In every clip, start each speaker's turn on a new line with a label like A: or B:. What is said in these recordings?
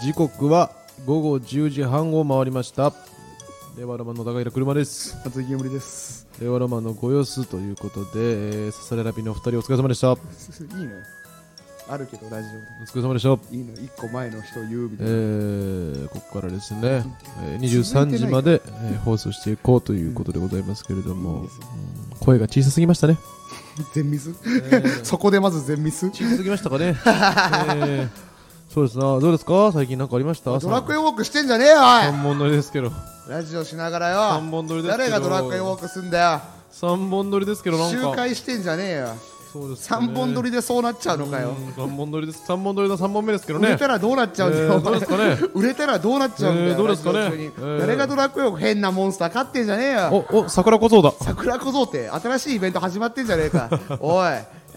A: 時刻は午後10時半を回りました令和ロマンの高平車です
B: 厚木よりです。
A: 令和ロマンのご様子ということで、えー、ササレラビのお二人お疲れ様でしたお
B: いいね。あるけどラジオで。
A: 疲れ様でした
B: いいの一個前の人言うみ
A: え
B: たいな。
A: ー、ここからですね、えー、23時まで、えー放送していこうということでございますけれども、
B: いいですよ
A: うん声が小さすぎましたね、
B: 全ミスそこでまず全ミス
A: 小さすぎましたか ね、えーそうですなどうですか最近なんかありました
B: ドラクエ
A: エ
B: ウォークしてんじゃねえよお
A: 3本撮りですけど
B: いラジオしながら
A: 三
B: よ
A: 本撮りですけど
B: 誰がドラクエウォークすんだ
A: 3本撮りですけど
B: よ
A: なんか
B: 周回してんじゃねえよ
A: そうですね
B: 3本撮りでそうなっちゃうのか
A: う
B: よ
A: ん三本撮りです三本撮りの三本目ですけど
B: 売れ
A: ね
B: たらどうなっちゃうんだ
A: え
B: よ
A: ー
B: お前
A: どうですか ね
B: 売れたらどうなっちゃうんだ
A: え
B: よ
A: ーどうですかね
B: ラジオ中に
A: えー
B: 誰がドラクエウォーク変なモンスター飼ってんじゃねえよ
A: おお桜小僧だ
B: 桜小僧って新しいイベント始まってんじゃねえ かおい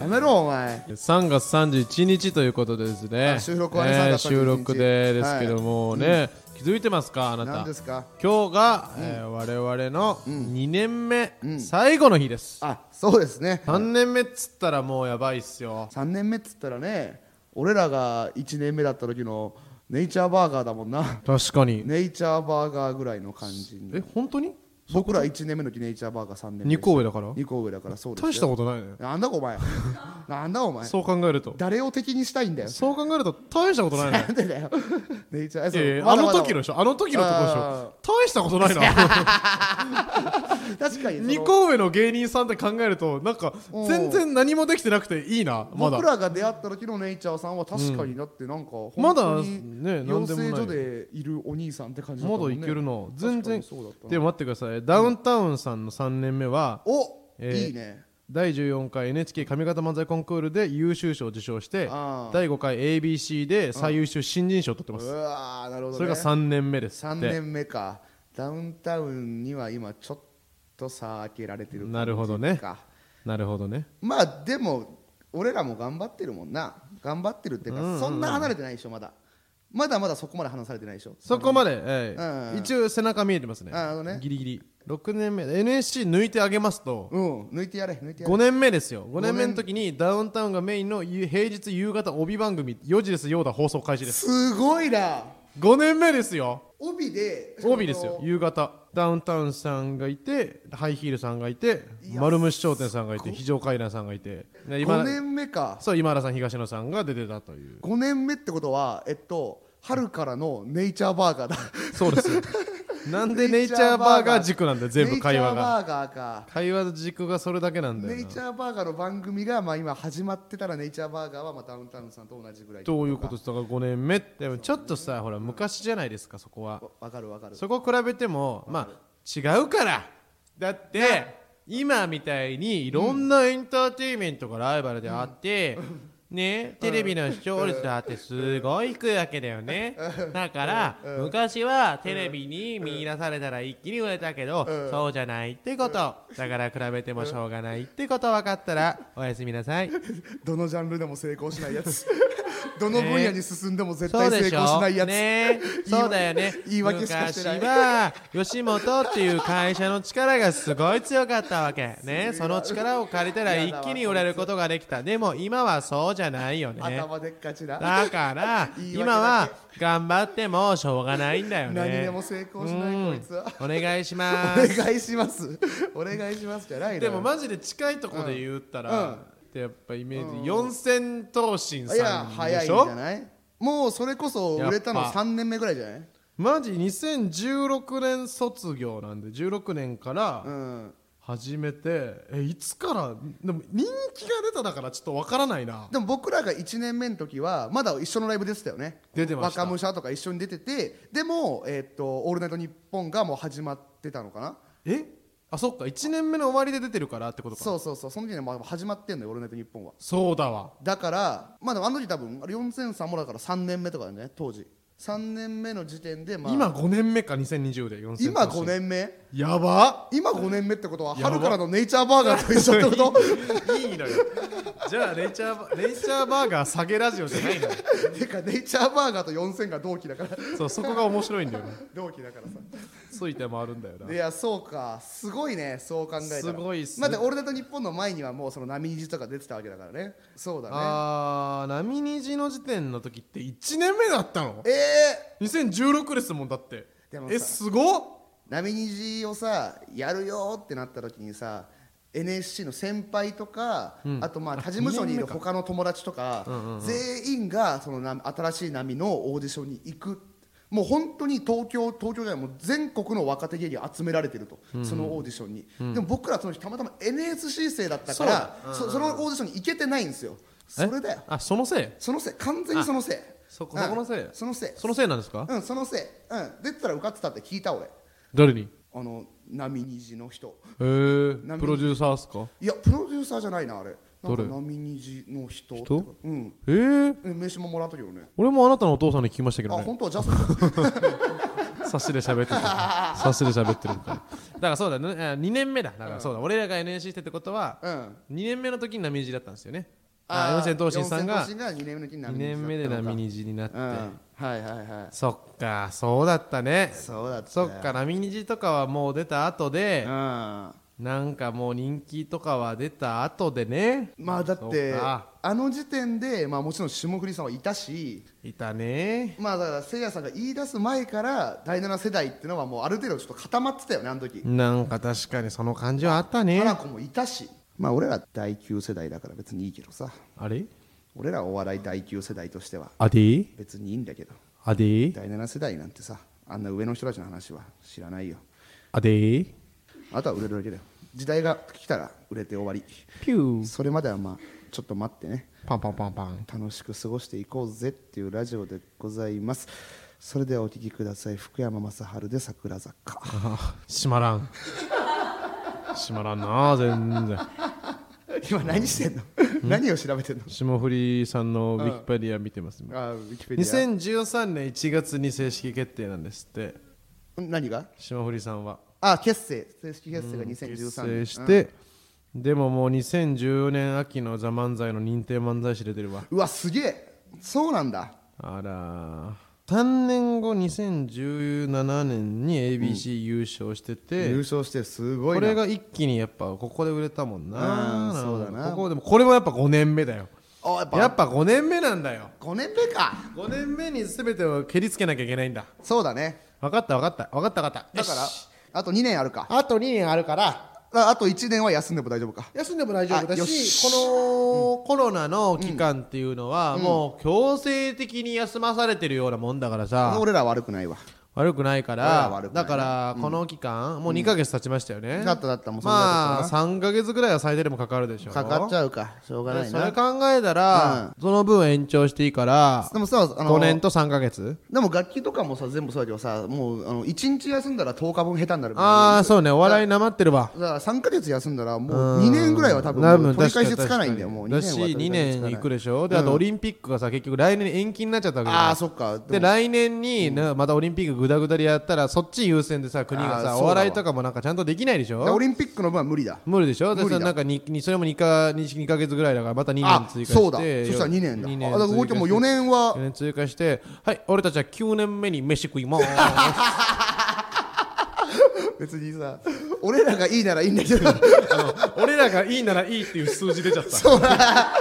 B: やめろお前
A: 3月31日ということでですね
B: あ収録はね
A: えー
B: 3月31日
A: 収録でですけどもね気づいてますかあな
B: 何
A: た
B: ですか
A: 今日がえー我々の2年目最後の日です
B: あそうですね
A: 3年目っつったらもうやばいっすよ
B: 3年目っつったらね俺らが1年目だった時のネイチャーバーガーだもんな
A: 確かに
B: ネイチャーバーガーぐらいの感じに
A: え本当に
B: 僕ら1年目の時ネイチャーバーガー3年目
A: 2個上だから
B: 2個上だからそうですよ
A: 大したことないね
B: なんだお前なんだお前
A: そう考えると
B: 誰を敵にしたいんだよ
A: そう考えると大したことないね
B: なんでだよネイチャー
A: いやい
B: え
A: や
B: そう
A: あ
B: まだ
A: の
B: まだ
A: 時のでしょあの時のとこでし
B: あ
A: ょ大したことないな
B: 確かにその
A: 二個上の芸人さんって考えるとなんか
B: うん
A: 全然何もできてなくていいなまだ
B: 僕らが出会った時のネイチャーさんは確かにだってなんか本
A: まだ
B: 当に
A: ね
B: 養
A: 何でも
B: 成所
A: ない
B: でいるお兄さんって感じだっ
A: ま
B: たも
A: だ
B: んね
A: いけるな
B: 確かに
A: 全然
B: そうだったな
A: でも待ってくださいダウンタウンさんの3年目は
B: お、
A: えー
B: いいね
A: 第14回 NHK 上方漫才コンクールで優秀賞を受賞して
B: あー
A: 第5回 ABC で最優秀新人賞を取ってま
B: う
A: す
B: わーなるほど、ね、
A: それが3年目ですっ
B: 3
A: て
B: 年目かダウンタウンには今ちょっと差開けられてる
A: なるほどね
B: か
A: なるほどね
B: まあでも俺らも頑張ってるもんな頑張ってるっていうか、そんな離れてないでしょまだまだまだそこまで離されてないでしょ
A: そこまで、ええ
B: うんうん
A: 一応背中見えてますね
B: なるほどね
A: ギリギリ6年目 NSC 抜いてあげますと
B: うん抜いてやれ抜いてやれ
A: 5年目ですよ5年目の時にダウンタウンがメインのゆ平日夕方帯番組4時ですようだ放送開始 です
B: すごいな
A: 5年目ですよ
B: 帯で
A: 帯ですよ夕方ダウンタウンさんがいてハイヒールさんがいて
B: いや
A: 丸虫商店さんがいて非常階段さんがいてで
B: 5年目か
A: そう今原さん東野さんが出てたと いう
B: 5年目ってことはえっと春からのネイチャーバーガーだ
A: そうですよなんでネイチャーバーガー軸なんだよ全部会話が
B: ネイチャーバーガーか
A: 会話の軸がそれだけなんだよな
B: ネイチャーバーガーの番組がまあ今始まってたらネイチャーバーガーはまあダウンタウンさんと同じぐらい
A: どういうことですだから5年目でもちょっとさほら昔じゃないですかそこは
B: わわかるわかる
A: そこ比べてもまあ違うからだって今みたいにいろんなエンターテインメントがライバルであって、ねテレビの視聴率だってすごい低いわけだよねだから昔はテレビに見出されたら一気に売れたけど
B: うん
A: そうじゃないってことだから比べてもしょうがないってこと分かったらおやすみなさい
B: どのジャンルでも成功しない やつどの分野に進んでも絶対成功しないやつ、
A: ね
B: 言い訳
A: そうだよね
B: 言い訳しかしてない
A: 昔は吉本っていう会社の力がすごい強かったわ けねその力を借りたら一気に売れることができたでも今はそうじゃないよね
B: 頭でっかちな、
A: だから
B: 言い訳だけ
A: 今は頑張ってもしょうがないんだよね
B: 何でも成功しないこいつは
A: うんお願いしま
B: お
A: す
B: 願いしますお願いしますじゃないの
A: でも
B: ま
A: マジで近いとこで言ったら、
B: うんうん
A: ってやっぱイメージ、四千頭身
B: いや
A: さん
B: 早
A: で
B: いん
A: し
B: じ
A: ょ
B: ゃないもうそれこそ売れたの
A: やっぱ
B: 3年目ぐらいじゃない
A: マジ2016年卒業なんで16年か
B: う
A: ら
B: ん
A: 始めて、えいつからでも人気が出ただからちょっとわからないな
B: でも僕らが1年目の時はまだ一緒のライブ出てたよね
A: 出てました
B: 若武者とか一緒に出ててでも、えーっと「オールナイトニッポン」がもう始まってたのかな
A: えあそっか1年目の終わりで出てるからってことか
B: そうそうそうその時にはまあ始まってんのよ「オールナイトニッポン」は
A: そうだわ
B: だからまあでもあの時多分4003もだから3年目とかだよね当時3年目の時点でまあ
A: 今5年目か2020で4000
B: 今5年目
A: やば
B: 今5年目ってことは
A: やば
B: 春からのネイチャーバーガーと一緒ってこと
A: いいのよじゃあネイチャーバネイチャーバーガー下げラジオじゃないのよ
B: てかネイチャーバーガーと4000が同期だから
A: そうそこが面白いんだよね
B: 同期だからさ
A: ついて回るんだよない
B: やそうかすごいねそう考えたら
A: すごいっすね
B: まあだって俺だと日本の前にはもうその波虹とか出てたわけだからねそうだ
A: あー波虹の時点の時って1年目だったの
B: ねええ
A: 2016ですもんだって
B: でもさ
A: えすごっ
B: 波虹をさやるよってなった時にさ NSC の先輩とか、あとまあ他事務所にいる他の友達とか全員がそのな新しい波のオーディションに行くもう本当に東京東京じゃないもう全国の若手芸人集められてると、そのオーディションに、でも僕らその日たまたま NSC 生だったからそ,、そのオーディションに行けてないんですよそれだよ
A: えあそのせい
B: そのせい完全にそのせい
A: そこ
B: うん
A: そこのせい
B: そのせい
A: そのせいなんですか
B: うんそのせいうん出てたら受かってたって聞いた俺
A: 誰に
B: あの波虹の人
A: えー、
B: 波
A: プロデューサーっすか
B: いやプロデューサーじゃないなあれなんか
A: 誰
B: 波虹の人
A: 人
B: うん
A: えー、
B: え名刺ももらったけどね
A: 俺もあなたのお父さんに聞きましたけ
B: あ
A: どね
B: 本当はジャスコ
A: 差しで喋ってる 差しで喋ってるみたいなだからそうだね2年目だだからそうだ、俺らが NSC してってことは、
B: うん
A: 2年目の時に波虹だったんですよねあ四千頭身さんが
B: 四千頭身が2年目の時に
A: 2
B: 波虹
A: 年目で波虹になって、
B: うんはいはいはい
A: そっかそうだったね
B: そうだった
A: そっか波虹とかはもう出た後で
B: うん
A: なんかもう人気とかは出た後でね
B: まあだっ
A: そ
B: て
A: うか
B: あの時点でまあもちろん霜降りさんはいたし
A: いたね
B: まあだからせいやさんが言い出す前から第7世代っていうのはもうある程度ちょっと固まってたよねあの時
A: なんか確かにその感じはあったね
B: 花子もいたしまあ俺ら第9世代だから別にいいけどさ
A: あれ
B: 俺らお笑い第9世代としては
A: アディ
B: 別にいいんだけど
A: アディ
B: 第7世代なんてさあんな上の人たちの話は知らないよ
A: アディ
B: あとは売れるだけだよ時代が来たら売れて終わり
A: ピュー
B: それまではまあちょっと待ってね
A: パンパンパンパン
B: 楽しく過ごしていこうぜっていうラジオでございますそれではお聴きください福山雅治で桜坂
A: あ閉まらん閉まらんな全然
B: 今何してんの何を調べてんの
A: 霜降りさんのウィキペディア見てます今
B: あウィキペディ
A: 2013年1月に正式決定なんですって
B: ア何が
A: 霜降りさんは
B: あ結成正式結成が
A: 結
B: 2013
A: 成
B: 年
A: して、でももう2014年秋の「ザ漫才の認定漫才師出てるわ
B: うんうわすげえそうなんだ
A: あらー3年後2017年に ABC 優勝してて、
B: 優勝してすごい
A: こ
B: な
A: れが一気にやっぱここで売れたもんな
B: うんそうだな
A: ここでもこれもやっぱ5年目だよ
B: あやっぱ
A: やっぱ5年目なんだよ
B: 5年目か
A: 5年目に全てを蹴りつけなきゃいけないんだ
B: そうだね
A: 分かった分かった分かった分かった
B: だから
A: よし
B: あと2年あるか
A: あと2年あるから
B: ああと1年は休んでも大丈夫か
A: 休んでも大丈夫だ
B: あよし
A: しこのコロナの期間っていうのはもう強制的に休まされてるようなもんだからさ
B: 俺らは悪くないわ
A: 悪くないか
B: 俺らは
A: ら
B: 悪くない
A: だからこの期間もう2ヶ月経ちましたよね
B: だっただったもうそんな
A: ま
B: こ
A: あ
B: と
A: 3ヶ月ぐらいは最低でもかかるでしょ
B: なかかっちゃうかしょうがな
A: で
B: い
A: そ
B: な
A: れ考えたら、その分延長していいから
B: でもさあの
A: 5年と3ヶ月
B: でも楽器とかもさ全部そうだけどさもうあの1日休んだら10日分下手になるみたいな
A: ああそうねお笑いなまってるわ
B: だから3ヶ月休んだらもう2年ぐらいは多分もう取り返しつかないんだよもう
A: だし2年いくでしょであとオリンピックがさ結局来年延期になっちゃったわけじゃん
B: ああーそっか
A: で
B: でも
A: 来年になまたオリンピックぐだぐだでやったらそっち優先でさ国が
B: あーそうだ
A: さ
B: わ
A: お笑いとかもなんかちゃんとできないでし
B: だからオ
A: ょ
B: リンピックの分は無理だ
A: 無理でしょで
B: 無理だ
A: そのなんかににそれも2か二二ヶ月ぐらいだからまた2年
B: あ
A: 追加して
B: そうだそしたら2年だ
A: 二
B: あだから動いても4年は
A: 去年追加してはい俺たちは9年目に飯食い ます
B: 別にさ俺らがいいならいいんだけど
A: 俺らがいいならいいっていう数字出ちゃった
B: そうだ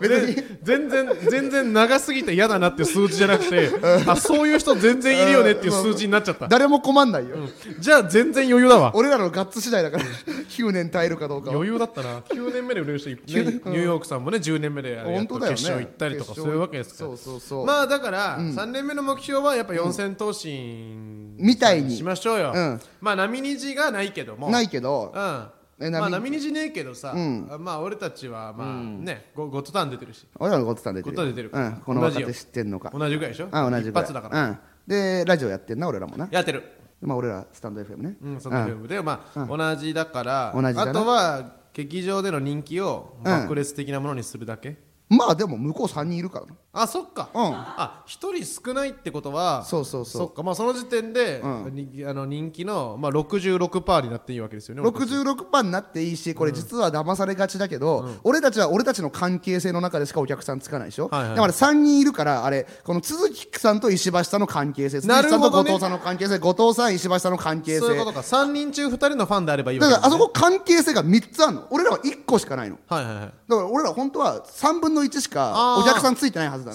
B: 別に
A: 全然全然長すぎて嫌だなっていう数字じゃなく てあそういう人全然いるよねっていう数字になっちゃった
B: 誰も困んないよ、
A: じゃあ全然余裕だわ
B: 俺らのガッツ次第だから9年耐えるかどうかは
A: 余裕だったな9年目で売れる人いっぱいねニューヨークさんもね10年目でやっと
B: 本当だよね
A: 決勝行ったりとか
B: 決
A: そう
B: 勝
A: いうわけですから
B: そうそうそう
A: まあだから3年目の目標はやっぱ四千頭身
B: みたいに
A: しましょうよ
B: うん
A: まあ波虹がないけども
B: な
A: う
B: いけど
A: んま
B: え波
A: あ波虹ねえけどさまあ俺たちはまあねゴゴッドタン出てるし
B: 俺らのことさん出てる
A: ゴッドタン出てる
B: うん、この若手知ってんのか
A: 同じぐらいでしょ
B: あ同じ
A: 一
B: ぐらい
A: 発だから
B: うん、でラジオやってんな俺らもな
A: やってる
B: まあ俺らスタンド FM ね、
A: うん、そのフィルムで、まあ、同じだから
B: 同じだな
A: あとは劇場での人気を
B: うん
A: 爆裂的なものにするだけ、
B: まあでも向こう3人いるからな
A: あそっか、
B: うん
A: あ一人少ないってことは
B: そうそうそう
A: っかまあその時点で、
B: うん
A: にあの人気の、まあ、66%になっていいわけですよね俺たち
B: 66パーになっていいしこれ実は騙されがちだけど、俺たちは俺たちの関係性の中でしかお客さんつかないでしょ、
A: はいはい
B: だから3人いるからあれこの都築さんと石橋さんの関係性
A: なるほどね
B: 都築さんと後藤さんの関係性後藤さん石橋さんの関係性
A: そういうことか3人中2人のファンであればいいわ
B: だ
A: け
B: か
A: です、
B: らあ
A: ね、
B: そこ関係性が3つあるの俺らは1個しかないの
A: はいはいはい
B: だから俺ら本当は3分の1し
A: あ
B: か
A: ー
B: お客さんついてないはずなの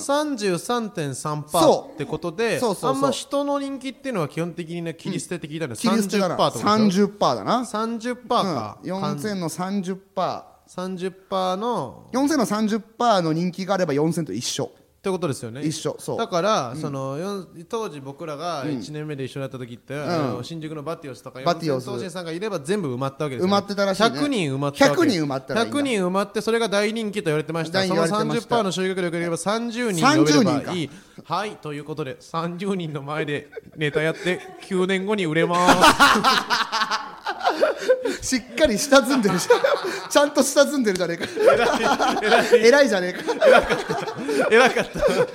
A: 33.3%
B: そう
A: ってことで
B: そうそうそう
A: あんま人の人気っていうのは基本的にね切り捨てて聞いたんで
B: 切り捨てだな
A: 30%ってことでしょ
B: 30%だな、
A: 30%
B: うん、
A: か、
B: 4000の 30%4000
A: 30%の
B: の30%の人気があれば4000と一緒
A: ってことですよね
B: 一緒そう
A: だから、そのよん当時僕らが1年目で一緒だった時って、あの新宿のバティオスとか
B: バティオス
A: 四千頭身さんがいれば全部埋まったわけですよ、
B: 埋まってたらしいね
A: 100人埋まったわけです
B: 100人埋まったらいいんだ
A: 100人埋まってそれが大人気と言われてました
B: 大人
A: そ
B: 気言
A: の
B: われてました
A: 30%の集客力で言えば30人呼べればいい
B: 30
A: はいということで30人の前でネタやって9年後に売れます
B: しっかり下積んでるじ ゃんちゃんと下積んでるじゃねえか偉いじゃねえか
A: 偉かった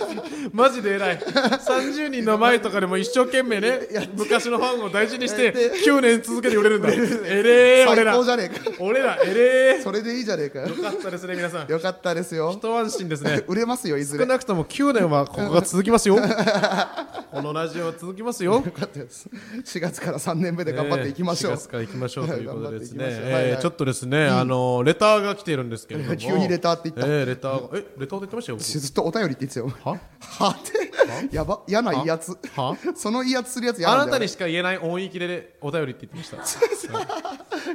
A: マジで偉い30人の前とかでも一生懸命ね昔のファンを大事にして9年続けて売れるんだえれえ俺
B: 最
A: ら
B: 高じゃねえか
A: 俺らえれえ
B: それでいいじゃねえか
A: よかったですね皆さん
B: よかったですよ
A: 一安心ですね
B: 売れますよいず
A: 少
B: れよ
A: なくとも9年はここが続き ますよこのラジオは続きますよ
B: かったです4月から3年目で頑張っていきましょ
A: え
B: う
A: ー4月から行きましょうということでですね、
B: はい頑張っていきましょう
A: えー
B: はいはい
A: ちょっとですね、あのレターが来ているんですけれども
B: 急にレターって言った
A: えーレターがえレターって言ってましたよ僕
B: ずっとお便りって言ってたよ
A: は
B: はってやば嫌な威圧
A: は
B: その威圧するやつや
A: あ
B: だ
A: なた
B: よ
A: にしか言えない音域でお便りって言ってました。 はい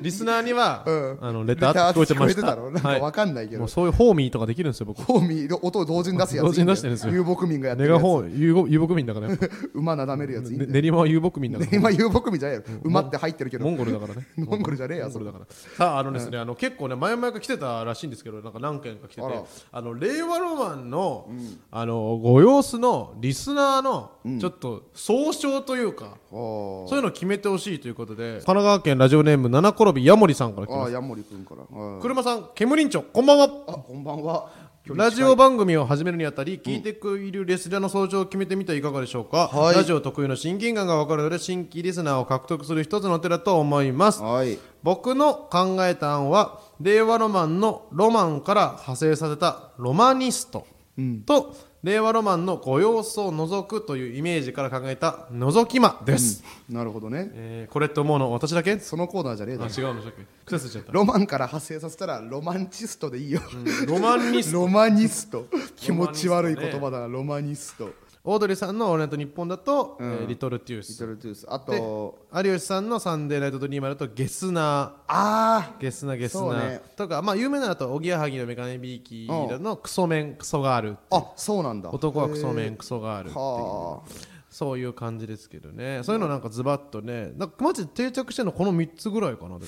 A: リスナーには、
B: うん
A: あのレターって聞こえてまし
B: レターって聞こえてた
A: た。
B: ろなんかわかんないけど
A: もうそういうホーミーとかできるんですよ、僕。
B: ホーミーの音を同時に出すやつ
A: 同時に出してるんですよ
B: いいだ遊牧民がやって
A: ネ
B: るや
A: ガ
B: つ
A: ホー遊牧遊牧民だから、やっ ぱ
B: 馬なだめるやついいんだ
A: ね
B: よ
A: 練馬は遊牧民だから。
B: 今遊牧民じゃねえよ馬って入ってるけど
A: モンゴルだからね。
B: モンゴルじゃねえ
A: モ
B: や
A: ン
B: そ
A: ゴ
B: れ
A: ルだから。さあ、あのですね、あの結構ね、前々から来てたらしいんですけど、なんか何件か来てて
B: あら、
A: あの令和ロマンの、あのご様子のリスナーの、ちょっと総称というか、
B: あ
A: そういうのを決めてほしいということで、神奈川県ラジオネーム七転びヤモリさんから来て
B: あ
A: ま
B: あ
A: す。
B: ヤモリ君からはい
A: 車さん、煙んちょ、こんばんは。
B: あこんばんは
A: ラジオ番組を始めるにあたり、聞いてくいるレスラーの相乗を決めてみてはいかがでしょうか、
B: はい
A: ラジオ特有の親近感が分かるので、新規リスナーを獲得する一つの手だと思います。
B: はい
A: 僕の考えた案は令和ロマンのロマンから派生させたロマニストと、令和ロマンのご様子を覗くというイメージから考えた覗き魔です、
B: なるほどね
A: えーこれって思うの私だけあ違う
B: そのコーナーじゃねえだ
A: の
B: ろ
A: でしたっけ癖ついちゃった
B: ロマンから派生させたらロマンチストでいいよ
A: ロマンニスト
B: ロマニスト気持ち悪い言葉だなロマニスト
A: オードリーさんの「オールナイトニッポン」だと、えーリトルテュー
B: リ
A: ス
B: トルトゥースあ
A: で
B: と
A: 有吉さんの「サンデーナイトドリーマー」だと「ゲスナ
B: あ
A: ー」ゲスナーゲスナ
B: そう
A: ー、
B: ね
A: とかまあ有名なのだと「おぎやはぎのメガネビーキの「クソメンクソガール」
B: ああそうなんだ
A: 男はクソメ
B: へ
A: ンクソガールっ
B: え
A: ていう
B: はあ
A: そういう感じですけどねそういうのなんかズバッとねなんかマジで定着してるのこの3つぐらいかなでもなんか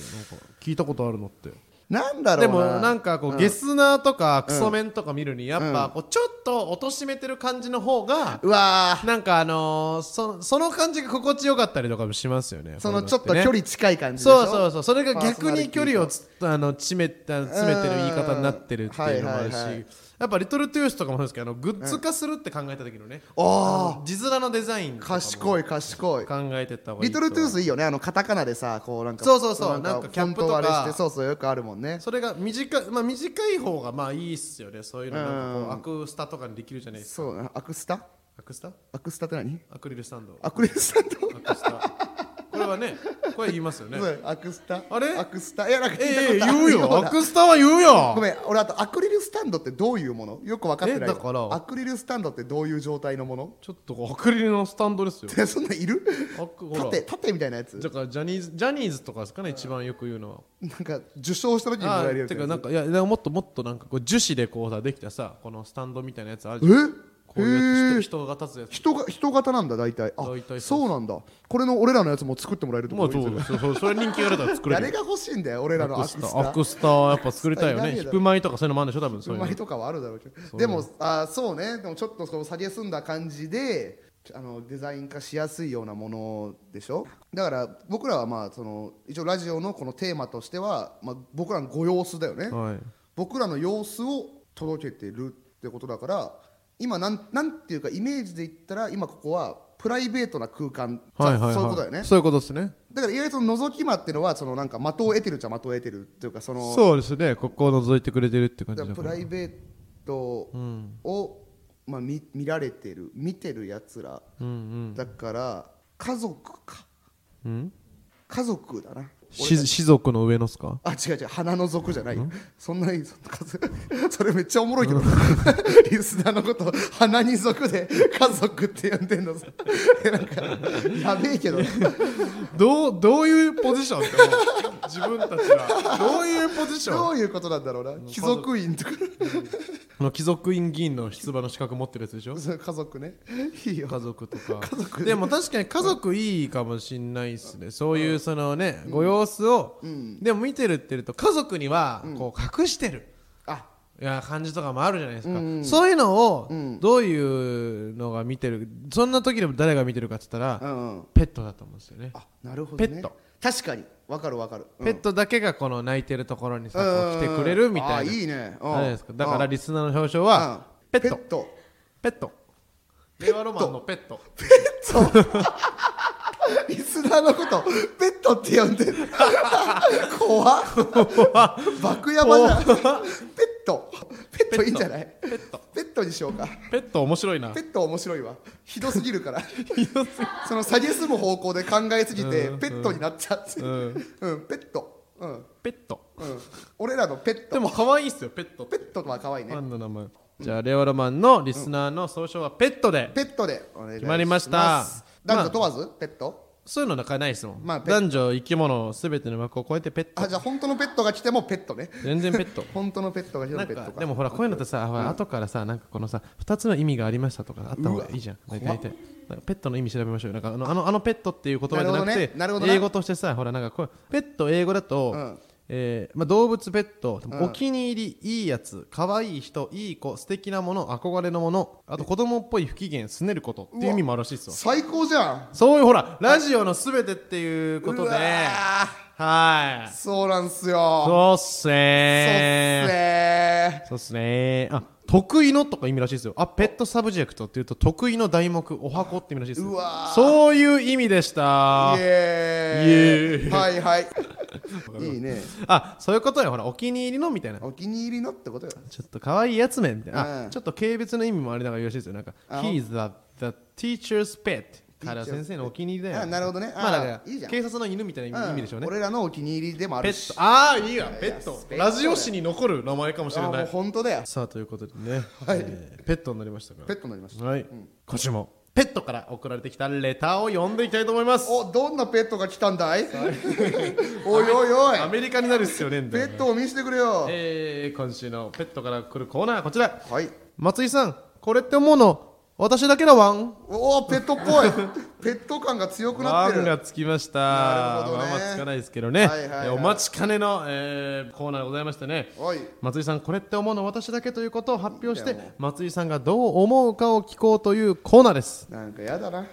A: 聞いたことあるのって
B: なんだろ
A: で
B: う
A: も
B: な
A: なんかこう、ゲスナーとかクソメンとか見るにやっぱこうちょっと貶としめてる感じの方が
B: うわー
A: なんかあのーそその感じが心地よかったりとかもしますよね
B: そ
A: こう
B: の
A: いう
B: ちょっと
A: て
B: 距
A: ね
B: 離近い感じでし
A: そう
B: ょ
A: そうそうそれが
B: パーソ
A: 逆
B: ナリ
A: に
B: テ
A: 距
B: ィと
A: 離をつあの詰めた詰めてる言い方になってるっていうのもあるし、
B: うんはいはいはい
A: やっぱリトルトゥースとかもそうですけどあのグッズ化するって考えた時のね、
B: あ
A: あの字面のデザインとかも
B: 賢い賢い
A: 考えてった方がいい
B: リ
A: と
B: トルトゥースいいよねあのカタカナでさこうなんか
A: そうそうそうなんかキャップとか
B: フォントをあれしてそうそうよくあるもんね
A: それが短い,、まあ、短い方がまあいいっすよねそういうのなん
B: う
A: か
B: ん
A: こうアクスタとかにできるじゃないですか
B: そうなアクスタ
A: アクスタ
B: アクスタって何
A: アクリルスタンド
B: アクリルスタンド
A: アクス タこれはねこれ言いますよね
B: そうアクスタ
A: あれ
B: アクスタいやなんか聞いたことあ
A: ええ
B: る
A: 言う よ
B: う
A: ア
B: な
A: クスタは言うよ
B: ごめん俺あとアクリルスタンドってどういうものよく分かってない
A: えだから
B: アクリルスタンドってどういう状態のもの
A: ちょっとこうアクリルのスタンドですよ
B: えそんなんいる
A: あくほら
B: 縦縦みたいなやつ
A: だからジャニーズジャニーズとかですかね一番よく言うのは
B: なんか受賞した時にも
A: あ
B: らえる
A: ー
B: やつ
A: てかなんかいやでももっともっとなんかこう樹脂でこうさできたさこのスタンドみたいなやつあるじゃんこ
B: え
A: ういう
B: へ
A: や
B: え
A: つ人人が立つやつ
B: 人が人型なんだ大体あ
A: 大体そう
B: そうなんだこれの俺らのやつも作ってもらえると
A: ま
B: 思
A: あそうですそうそれ人気が出たら作れ
B: 誰
A: る
B: が欲しいんだよ俺らの
A: ア
B: ア
A: ク
B: ク
A: ス
B: ス
A: タ
B: タ
A: アクスタはやっぱ作りたいよ
B: アクスタいらね
A: ね
B: えだ
A: ヒッ
B: ろ
A: プマイとかそういうのもあるんでしょ多分そう
B: う
A: いうの
B: まいとかはあるだろうけどでもあーそうねでもちょっとその下げすんだ感じであのデザイン化しやすいようなものでしょだから僕らはまあその一応ラジオのこのテーマとしては、まあ、僕らのご様子だよね、
A: はい
B: 僕らの様子を届けてるってことだから今なんなんていうかイメージで言ったら今ここはプライベートな空間、
A: はいはいはい
B: そういうことだよね
A: そういうことですね
B: だから意外とその覗き魔っていうのはそのなんか的を得てるじゃ的を得てるっていうかその
A: そうですねここを覗いてくれてるって感
B: だ
A: じ
B: か
A: だ
B: らプ
A: から
B: ライベートを、まあ、見見られてる見てるやつら、だから家族か
A: うん
B: 家族だな
A: し士族の上のっすか
B: あ違う違う花の族じゃないよそんなにそんな家族 それめっちゃおもろいけど リスナーのこと花に族で家族って呼んでんのさ なんかやべえけど
A: どうどういうポジションって思う自分たち はどういうポジシ
B: ど
A: ョン
B: ういうことなんだろうな貴族院とか
A: あの貴族院議員の出馬の資格持ってるやつでしょ
B: そう家族ねいいよ
A: 家族とかでも確かに家族いいかもしんないっすねそういうそのね、ご様子を、でも見てるって言うと家族にはこう隠してる、
B: あ
A: いや感じとかもあるじゃないですか、そういうのをどういうのが見てるそんな時でも誰が見てるかっつったら、
B: うんうん
A: ペットだと思うんですよね
B: あなるほどね
A: ペット
B: 確かにわかるわかる、
A: ペットだけがこの泣いてるところにさ、
B: う
A: こ
B: ん
A: う来てくれるみた
B: あ
A: いな。
B: いいねうん
A: あれじゃないですか。だから
B: うん
A: リスナーの表彰は、
B: うん
A: ペット
B: ペット
A: ペット。令和ロマンのペット。
B: リスナーのことペットって呼んでる 怖っ爆山じゃんペットペットいいんじゃないペットペットにしようか
A: ペット面白いな
B: ペ。ット面白いわひどすぎるからその下げすむ方向で考えすぎて
A: うん
B: ペットになっちゃって
A: う
B: うんんペットうん
A: ペット。
B: うん俺らのペッ
A: で
B: ト
A: も可愛いっすよ、ペット。
B: ペットは可愛い
A: フ
B: ね
A: ァンの名前。じゃあ、令和ロマンのリスナーの総称はペットで。
B: ペットでお願い
A: 決まりました
B: す男女問わずペット
A: そういうのなんかないっすもん。
B: まあペット
A: 男女、生き物、すべての枠を超えてペット
B: あ。じゃあ本当のペットが来てもペットね
A: 全然ペッ ト。
B: 本当のペットが来て
A: な
B: も
A: ん
B: ペット
A: か
B: か
A: でもほらこういうのってさ、ほら後からさなんかこのさ2つの意味がありましたとかあった方がいいじゃん大体大体なんかペットの意味調べましょうよなんかあのあのあのペットっていう言葉じゃなくて
B: なるほどねなるほどね
A: 英語としてさほらなんかこうペット英語だと、
B: うん
A: えーまあ、動物ペット、お気に入りいいやつ可愛い人いい子素敵なもの憧れのものあと子供っぽい不機嫌すねることっていう意味もあるらしいっすわ
B: 最高じゃん
A: そういうほらラジオのすべてっていうこと
B: う
A: で
B: わ
A: はい
B: そうなんすよ
A: そうっす
B: そうっす
A: ねー
B: ね
A: そうっすねあ得意のとか意味らしいですよあペットサブジェクトっていうと得意の題目お箱って意味らしいですよ
B: うわー
A: そういう意味でした
B: イエ
A: イエ
B: ーイ
A: ーイ
B: はいはい いいね
A: あそういうことよほらお気に入りのみたいな
B: お気に入りのってことよ
A: ちょっと可愛いやつめみたいな、
B: う
A: あ
B: ん
A: ちょっと軽蔑の意味もありながら言うらしいですよなんか
B: あ
A: He's the, the teacher's pet から先生のお気に入りだよ
B: あなるほどねあー
A: まあだから
B: いいじゃん
A: 警察の犬みたいな意味でしょうね、
B: うん俺らのお気に入りでもあ
A: ペ
B: る
A: ッ
B: し
A: トああいいわペ
B: いや
A: ット
B: ペット
A: ラジオ誌に残る名前かもしれ
B: あ
A: な
B: もう
A: い
B: 本当だよ
A: さあということでね、えーペットになりましたから
B: ペットになりました
A: はい、今週もペットから送られてきたレターを読んでいきたいと思います
B: おどんなペットが来たんだい おいおいおい
A: アメリカになる必要ねえんだ
B: ペ
A: よ
B: ットを見せてくれよ
A: えー、今週のペットから来るコーナーこちら
B: はい
A: 松井さんこれって思うの私だけだわん
B: おおペットっぽいペット感が強くな
A: ワ
B: ってる
A: ンがつきました
B: なるほどね
A: まあまあつかないですけどね、
B: はいはいはい
A: えーお待ちかねの、えーコーナーでございましてね
B: おい
A: 松井さんこれって思うの私だけということを発表し
B: いい
A: て
B: んだよ
A: 松井さんがどう思うかを聞こうというコーナーです
B: なんかやだな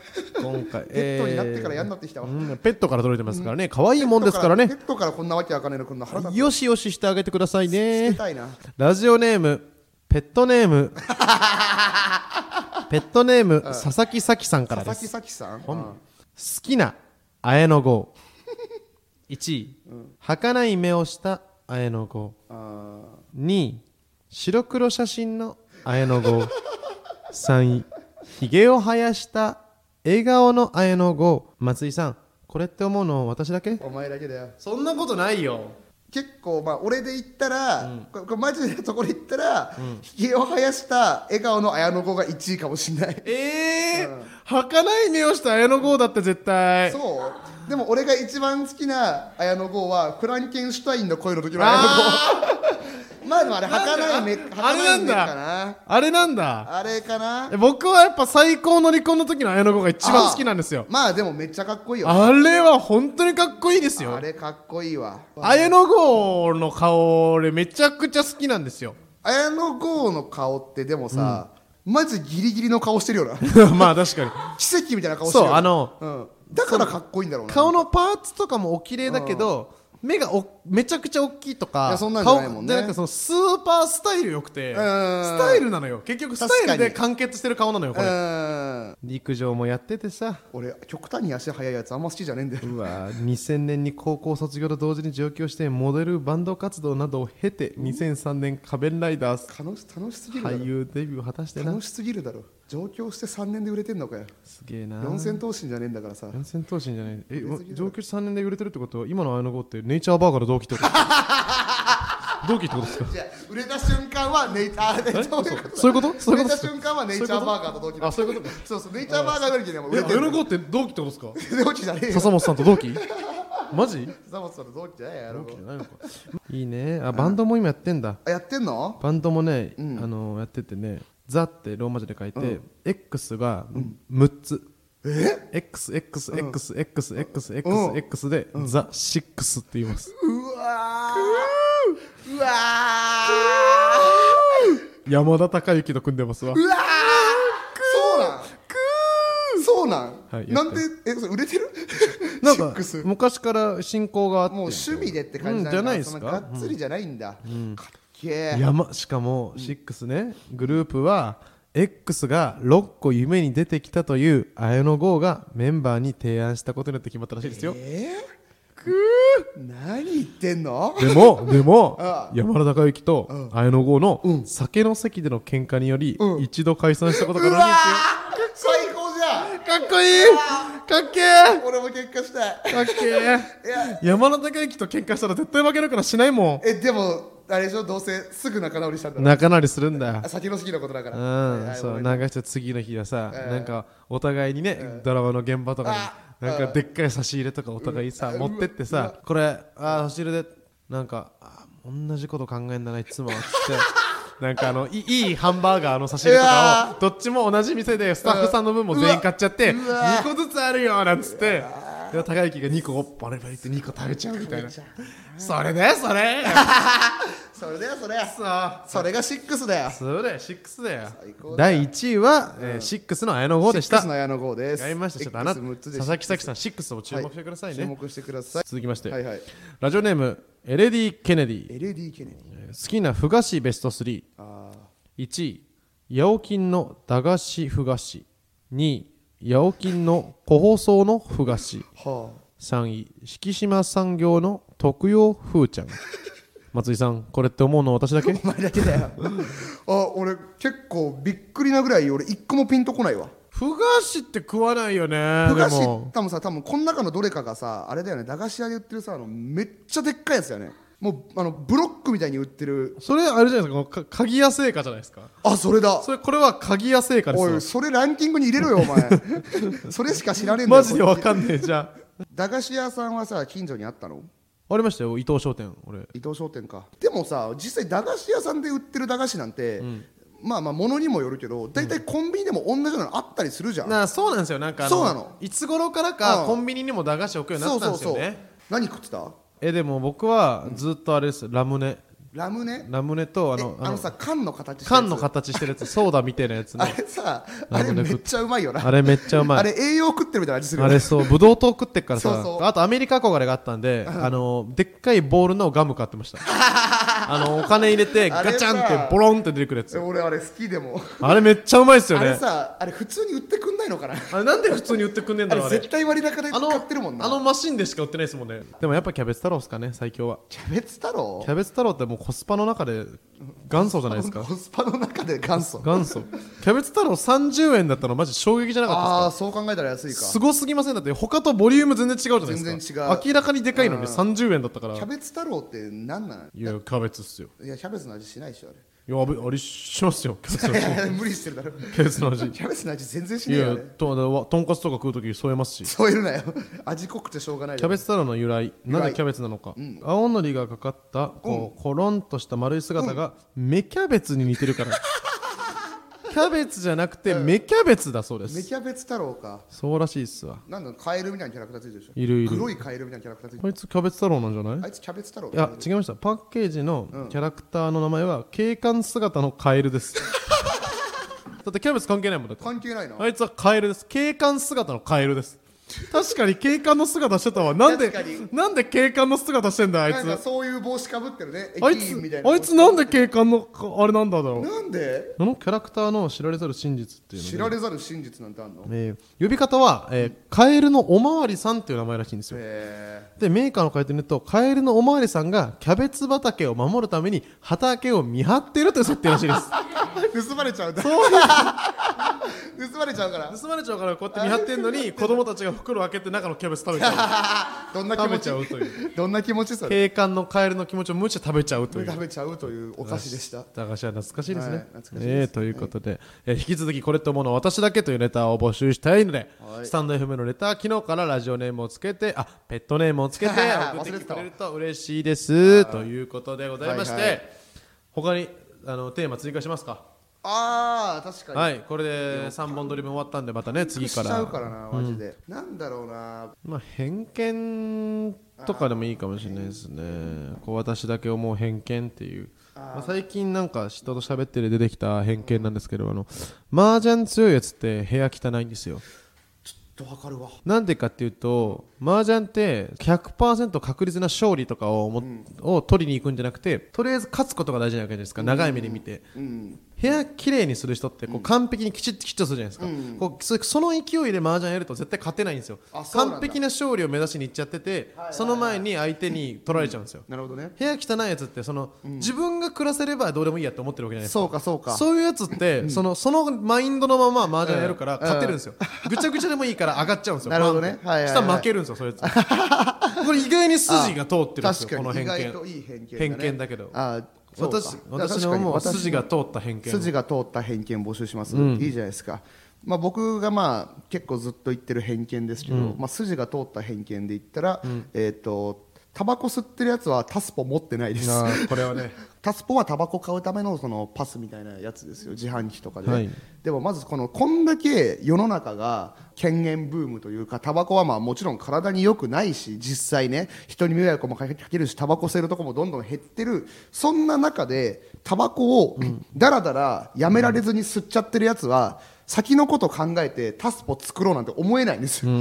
A: 今回
B: ペットになってから嫌になってきたわ、
A: うんペットから取れてますからね可愛いもんですから
B: ペ
A: ね
B: ットからこんなわけあかねえのこんな腹立
A: よしよししてあげてください
B: つけ
A: ね
B: たいな
A: ラジオネームペットネー ムペットネーム佐々木咲さんから
B: 佐
A: で
B: 々
A: す
B: 木咲さんうん
A: 好きな綾野 剛1位儚い目をした綾野剛
B: あ
A: 2位白黒写真の綾野剛3位ひげを生やした笑顔の綾野剛松井さんこれって思うの私だけ
B: ーお前だけだよ
A: そんなことないよ
B: 結構まあ俺で言ったら、これこれマジでところで言ったら、ひげを生やした笑顔の綾野剛が1位かもしんない
A: ええー、儚い目をした綾野剛だって絶対
B: そうでも俺が一番好きな綾野剛はクランケンシュタインの声の時の綾
A: あ
B: 野剛 まあでもあれ儚い目
A: なんだあれ
B: 儚
A: ないん
B: 目
A: だ
B: かな
A: あれなんだ
B: あれかな
A: え僕はやっぱ最高の離婚の時の綾野剛が一番好きなんですよ
B: まあでもめっちゃかっこいいよあ
A: あれは本当にかっこいいですよ
B: れかっこいいわ
A: 綾野剛の顔俺めちゃくちゃ好きなんです よ
B: 綾野剛の顔ってでもさ、マジギリギリの顔してるよ な
A: まあ確かに
B: 奇跡みたいな顔してるよ
A: そうあの
B: うん、だからかっこいいんだろうな
A: 顔のパーツとかもお綺麗だけど目が大めちゃくちゃ大きいと
B: い
A: か
B: やそんなんじゃない
A: 顔
B: もんね
A: なんかそのスーパースタイル良くて
B: ん
A: スタイルなのよ結局スタイルで
B: 確
A: 完結してる顔なのよこれ
B: うん
A: 陸上もやっててさ
B: 俺極端に足速いやつあんま好きじゃねえんだよ
A: うわ2000年に高校卒業と同時に上京してモデルバンド活動などを経て2003年「仮面ライダース
B: 楽し楽しす」ぎるだろ
A: 俳優デビューを果たしてな
B: 楽しすぎるだろ上京して3年で売れてんのかよ
A: すげえな
B: 四千頭身じゃねえんだからさ
A: 四千頭身じゃないえ
B: 売れすぎだろ
A: 上級者3年で売れてるってことは今の綾野剛ってネイチャーバーガーの同期ってことですか同期ってことですか
B: じゃあ売れた瞬間はネイチャー
A: え
B: あそういうこと
A: そういうことそうい
B: 売
A: うこ
B: れた
A: と
B: 瞬間はネイチャーバーガーと同期だ
A: あそういうことか
B: そうそうネイチャーバーガーよりでも売
A: え
B: れて
A: 綾
B: る
A: 野剛って同期ってことですか
B: 同期じゃねえよ
A: 笹本さんと同 期マジ
B: 笹本さんの同期じゃねえやろ
A: 同期じゃないのかいいねあバンドも今やってんだ
B: あやってんの
A: バンドもね、
B: うん
A: あのやっててね「ザ」ってローマ字で書いて、
B: うん
A: X が6つ、
B: え
A: XXXXXXX で「ザ・シックスって言います
B: うわーうわ
A: 山田孝之と組んでますわ
B: ーうわーそうなんそうなん、
A: はい
B: なんでえそれ売れてる
A: なん
B: シッ
A: か
B: クスもう
A: 昔から親交があって
B: 趣味でって感じ
A: うん
B: んだ
A: じゃないです
B: そんが
A: か
B: っつりじゃないんだ、かっけえ
A: 山しかも6ねグループは X が6個夢に出てきたという綾野剛がメンバーに提案したことによって決まったらしいですよ
B: えー、何言ってんの
A: でも、 でも
B: ああ、
A: 山田孝之と綾野剛の酒の席での喧嘩により、
B: うん
A: 一度解散したこと
B: う
A: が
B: わ
A: あ
B: ー最高じゃん
A: るんですよ。かっこいいかっけえ
B: 俺も結果したい
A: かっけえ山田孝之と喧嘩したら絶対負けるからしないも
B: えでもあれでしょどうせすぐ仲直りしたんだ
A: ん。
B: ろ
A: 仲直りするんだ
B: あ。先の好きなことだか
A: う
B: ら
A: ん、そう、
B: な
A: 流して次の日はさ、
B: ええ
A: なんか、お互いにね、ドラマの現場とか
B: あ
A: に、なんか、でっかい差し入れとかお互いさ、
B: うん
A: 持ってってさ、これ、ああ、差し入れで、なんか、あー同じこと考えんだな、いつも、 つって、なんか、あの、いいいいハンバーガーの差し入れと
B: う
A: かを、どっちも同じ店で、スタッフさんの分も全員買っちゃって、
B: うわ
A: 2個ずつあるよ、なんつって、で、高之が2個、バレバレって2個食べちゃうみたいな。それだよ、それ
B: それだよそれ
A: さあ、
B: それがシックスだよ
A: それ、6だよ。
B: 最高だよ
A: 第1位は、えーシックスの綾野剛でし
B: シック
A: た
B: スの矢野剛です
A: やりましたちょっとあな
B: X
A: た
B: 6つ
A: 佐
B: で
A: 々木咲さんシックスを注目してくださいね、
B: はい注目してください
A: 続きまして、
B: はいはい
A: ラジオネームエレディ・ケネディ
B: LD ケネディ
A: えー好きなふ菓子ベスト31
B: あ
A: 位ヤオキンの駄菓子ふ菓子2位ヤオキンの個包装のふ菓子
B: ーは
A: 3位敷島産業の特用ふーちゃん松井さんこれって思うの私だけ
B: あお前だけ だよあ俺結構びっくりなぐらい俺一個もピンとこないわ
A: ふ菓子って食わないよね
B: ふ菓
A: で
B: 子
A: も
B: 多分さ多分この中のどれかがさあれだよね駄菓子屋で売ってるさあのめっちゃでっかいやつだよねもうあのブロックみたいに売ってる
A: それあれじゃないですかか鍵屋製菓じゃないですか
B: あそれだ
A: それこれは鍵屋製菓です
B: お
A: よ
B: いそれランキングに入れろよお 前それしか知らねえんだよ
A: マジでわかんねえじゃん
B: 駄菓子屋さんはさ近所にあったの
A: ありましたよ伊藤商店俺
B: 伊藤商店かでもさ実際駄菓子屋さんで売ってる駄菓子なんて、まあまあ物にもよるけど大体コンビニでも同じようなのあったりするじゃん、
A: なあそうなんですよなんかあ
B: そうなの
A: いつ頃からか
B: うん
A: コンビニにも駄菓子置くようにな
B: そ
A: っ
B: う
A: たんで
B: そう
A: すよ
B: そう、
A: ね
B: 何食ってた
A: えでも僕はずっとあれですラムネ
B: ラムネ
A: ラムネとあ
B: え
A: の
B: あのさ缶の形したやつ
A: 缶の形してるやつソーダみたいなやつ
B: あ
A: ね
B: れさあ
A: ラム
B: れ
A: ネ
B: め
A: 食っ
B: っちゃうまいよな
A: あれめっちゃうまい
B: あれ栄養食ってるみたいな味するよ
A: あ
B: ね
A: れそうブドウ糖食ってっからさ
B: そうそう
A: あとアメリカ憧れがあったんで、あのでっかいボールのガム買ってました あのお金入れて
B: あれさ
A: ガチャンってボロンって出てくるやつ
B: 俺あれ好きでも、
A: あれめっちゃうまいっすよ
B: あ
A: ね
B: れさあれ普通に売ってくんないのかな
A: あれなんで普通に売ってくんねえんだ
B: あれ
A: ろうあれ
B: 絶対割高で
A: あの
B: 買ってるもんな
A: あのマシンでしか売ってないですもんねでもやっぱキャベツ太郎ですかね最強は
B: キャベツ太郎
A: キャベツ太郎ってもうコスパの中で元祖じゃないですか
B: コスパの中で元祖
A: 元祖キャベツ太郎30円だったのマジ衝撃じゃなかった
B: あ
A: で
B: あーそう考えたら安い
A: す
B: か
A: かすごすぎませんだって他とボリューム全然違うじゃないですか
B: 全然違う
A: 明らかにでかいのに
B: うん
A: 30円だったからい
B: キャベツ太郎って何なん
A: やキャベツっすよ
B: いやキャベツの味しないでしょあ
A: いやあべあれしますよキャベツの
B: れい
A: 味
B: やいや 無理してるだろ
A: キャベツの味い
B: キャベツの味全然しないよ
A: や
B: あれ
A: とあのわとんかつとか食う時添えますし
B: そういうのなよ味濃くてしょうがない
A: キャベ
B: ツ
A: ツ太郎の由来
B: 由来
A: なぜキャベツなのか、青のりがかかったこう、コロンとした丸い姿が、芽キャベツに似てるから キャベツじゃなくて芽キャベツだそうです、
B: メキャベツ太郎か
A: そうらしいっすわ
B: なんだカエルみたいなキャラクターついてるでしょ
A: いるいる
B: 黒いカエルみたいなキャラクターついて
A: こいつキャベツ太郎なんじゃない
B: るあいつキャベツ太郎
A: いや違いましたパッケージのキャラクターの名前は警官姿のカエルです だってキャベツ関係ないもんだって
B: 関係ないな
A: あいつはカエルです警官姿のカエルです確かに警官の姿してたわなんで
B: 確かに
A: なんで警官の姿してんだあい
B: なんか
A: つ
B: そういう帽子かぶってるね
A: あい
B: 駅員みた
A: つ
B: いな
A: あいつなんで警官のあれなんだろう
B: なんで
A: このキャラクターの知られざる真実っていうので
B: 知られざる真実なんてあんのへ
A: えー呼び方は、えーカエルのおまわりさんっていう名前らしいんですよ
B: え
A: でメーカーの書いてるとカエルのおまわりさんがキャベツ畑を守るために畑を見張ってるという設定らしい です
B: 盗まれちゃうんだ 盗まれちゃうから
A: 盗まれちゃうからこうやって見張ってんのに子供たちが袋を開けて中のキャベツ食べちゃう
B: どんな気
A: 食
B: 持
A: べ
B: ち
A: ちゃうという
B: どんな気持ちそれ
A: 警官のカエルの気持ちを無視して食べちゃうという
B: 食べちゃうというお菓子でした
A: 駄菓子は懐かしいですね。
B: はい懐かしいです
A: ええということで、えー引き続きこれと思うのは私だけというレターを募集したいので、
B: はい
A: スタンド FM のレター機能からラジオネームをつけてあペットネームをつ けて送ってきてくれると嬉しいですということでございまして、
B: はいはい
A: 他にあのテーマ追加しますか、
B: あー確かに、
A: はいこれで3本撮り分終わったんでまたね次
B: しち
A: から
B: ゃうからなマジで、なんだろうな
A: まあ、偏見とかでもいいかもしれないですねこう私だけ思う偏見っていうまあ、最近なんか人と喋ってる出てきた偏見なんですけどあの麻雀強いやつって部屋汚いんですよ
B: とわかるわ
A: なんでかっていうと麻雀って100%確率な勝利とかをも、を取りに行くんじゃなくてとりあえず勝つことが大事なわけじゃないですか長い目で見て、
B: うん
A: 部屋きれいにする人ってこう完璧にきちっときちっとするじゃないですか、こうそその勢いで麻雀やると絶対勝てないんですよ
B: あそうなんだ
A: 完璧な勝利を目指しにいっちゃってて、その前に相手に取られちゃうんですよ、
B: なるほどね
A: 部屋汚いやつってその、自分が暮らせればどうでもいいやって思ってるわけじゃないですか
B: そうかそうか
A: そういうやつって、そのそのマインドのまま麻雀やるから勝てるんですよ、ぐちゃぐちゃでもいいから上がっちゃうんですよ
B: なるほど
A: バン
B: ね
A: って
B: はいはいはい
A: したら負けるんですよ そいつこれ意外に筋が通ってるんです
B: 確
A: よ
B: か
A: この偏
B: に意外
A: 見
B: といい偏見だ、ね、
A: 偏見だけど
B: あーそうか
A: 私
B: だか
A: 私の
B: ら確かに
A: もう
B: 私の
A: 筋が通った偏見
B: 筋が通った偏見募集します、いいじゃないですか、まあ、僕がまあ結構ずっと言ってる偏見ですけど、まあ、筋が通った偏見で言ったら、えっ、とタバコ吸ってるやつはタスポ持ってないです
A: なあ これはね
B: タスポはタバコ買うためのそのパスみたいなやつですよ自販機とかで、
A: はい
B: でもまずこのこんだけ世の中が権限ブームというかタバコはまあもちろん体に良くないし実際ね人に迷惑もかけるしタバコ吸えるとこもどんどん減ってるそんな中でタバコをだらだらやめられずに吸っちゃってるやつは先のこと考えてタスポ作ろうなんて思えないんですよ、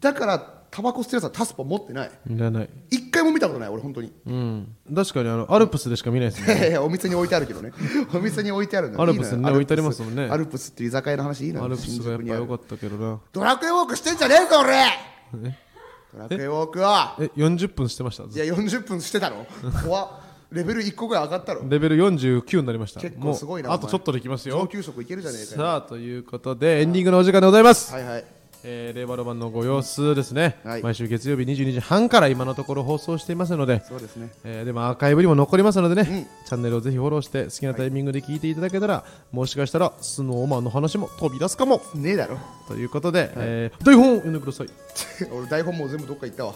B: だからタバコ吸ってるやつはタスポ持ってない
A: いらない
B: 一回も見たことない俺本当に
A: うん確かにあのアルプスでしか見ない ですね
B: いやいやお店に置いてあるけどね お店に置いてあるんだ
A: アルプスにね
B: いいのよ
A: 置いてありますもんね
B: アルプスっていう居酒屋の話いいのよ
A: アルプスがやっぱ良か
B: っ
A: ったけどな
B: たドラクエウォークしてんじゃねえぞ俺ドラクエウォークは
A: え40分してました
B: いや40分してたろ怖っレベル1個ぐらい上がったろ
A: レベル49になりました
B: 結構すごいな
A: もうあ
B: お前
A: とちょっとできます
B: 上
A: よ
B: 級職いけるじゃねえかよ
A: さあということでエンディングのお時間でございます、
B: はいはい
A: えー、令和ロマンのご様子ですね、
B: はい
A: 毎週月曜日22時半から今のところ放送していますので、
B: そうですね
A: えーでもアーカイブにも残りますのでね、チャンネルをぜひフォローして好きなタイミングで聞いていただけたら、もしかしたらスノーマンの話も飛び出すかも
B: ねえだろ
A: ということで、えー台本を読んでください
B: 俺台本もう全部どっか行ったわ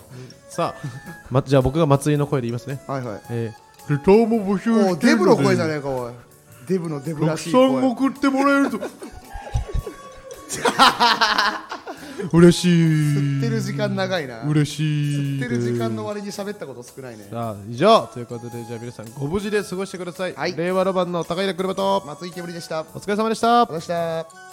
A: さあ、ま、じゃあ僕が松井の声で言いますね、
B: はいはい
A: えー、レターも募集
B: おう
A: して
B: デ
A: る
B: ブ
A: で
B: の声じゃねえかおいデブのデブ
A: た
B: ら
A: く
B: しい
A: さん
B: 声
A: 送ってもらえ ると嬉し
B: 吸っ
A: い
B: てる時間長いな吸っ
A: 嬉しい
B: てる時間の割に喋ったこと少ないね
A: さあ以上ということでじゃあ皆さんご無事で過ごしてください、
B: はい
A: 令和ロマンの高平車と
B: 松井けぶりでしたありがとう
A: お疲れ様でした
B: ございました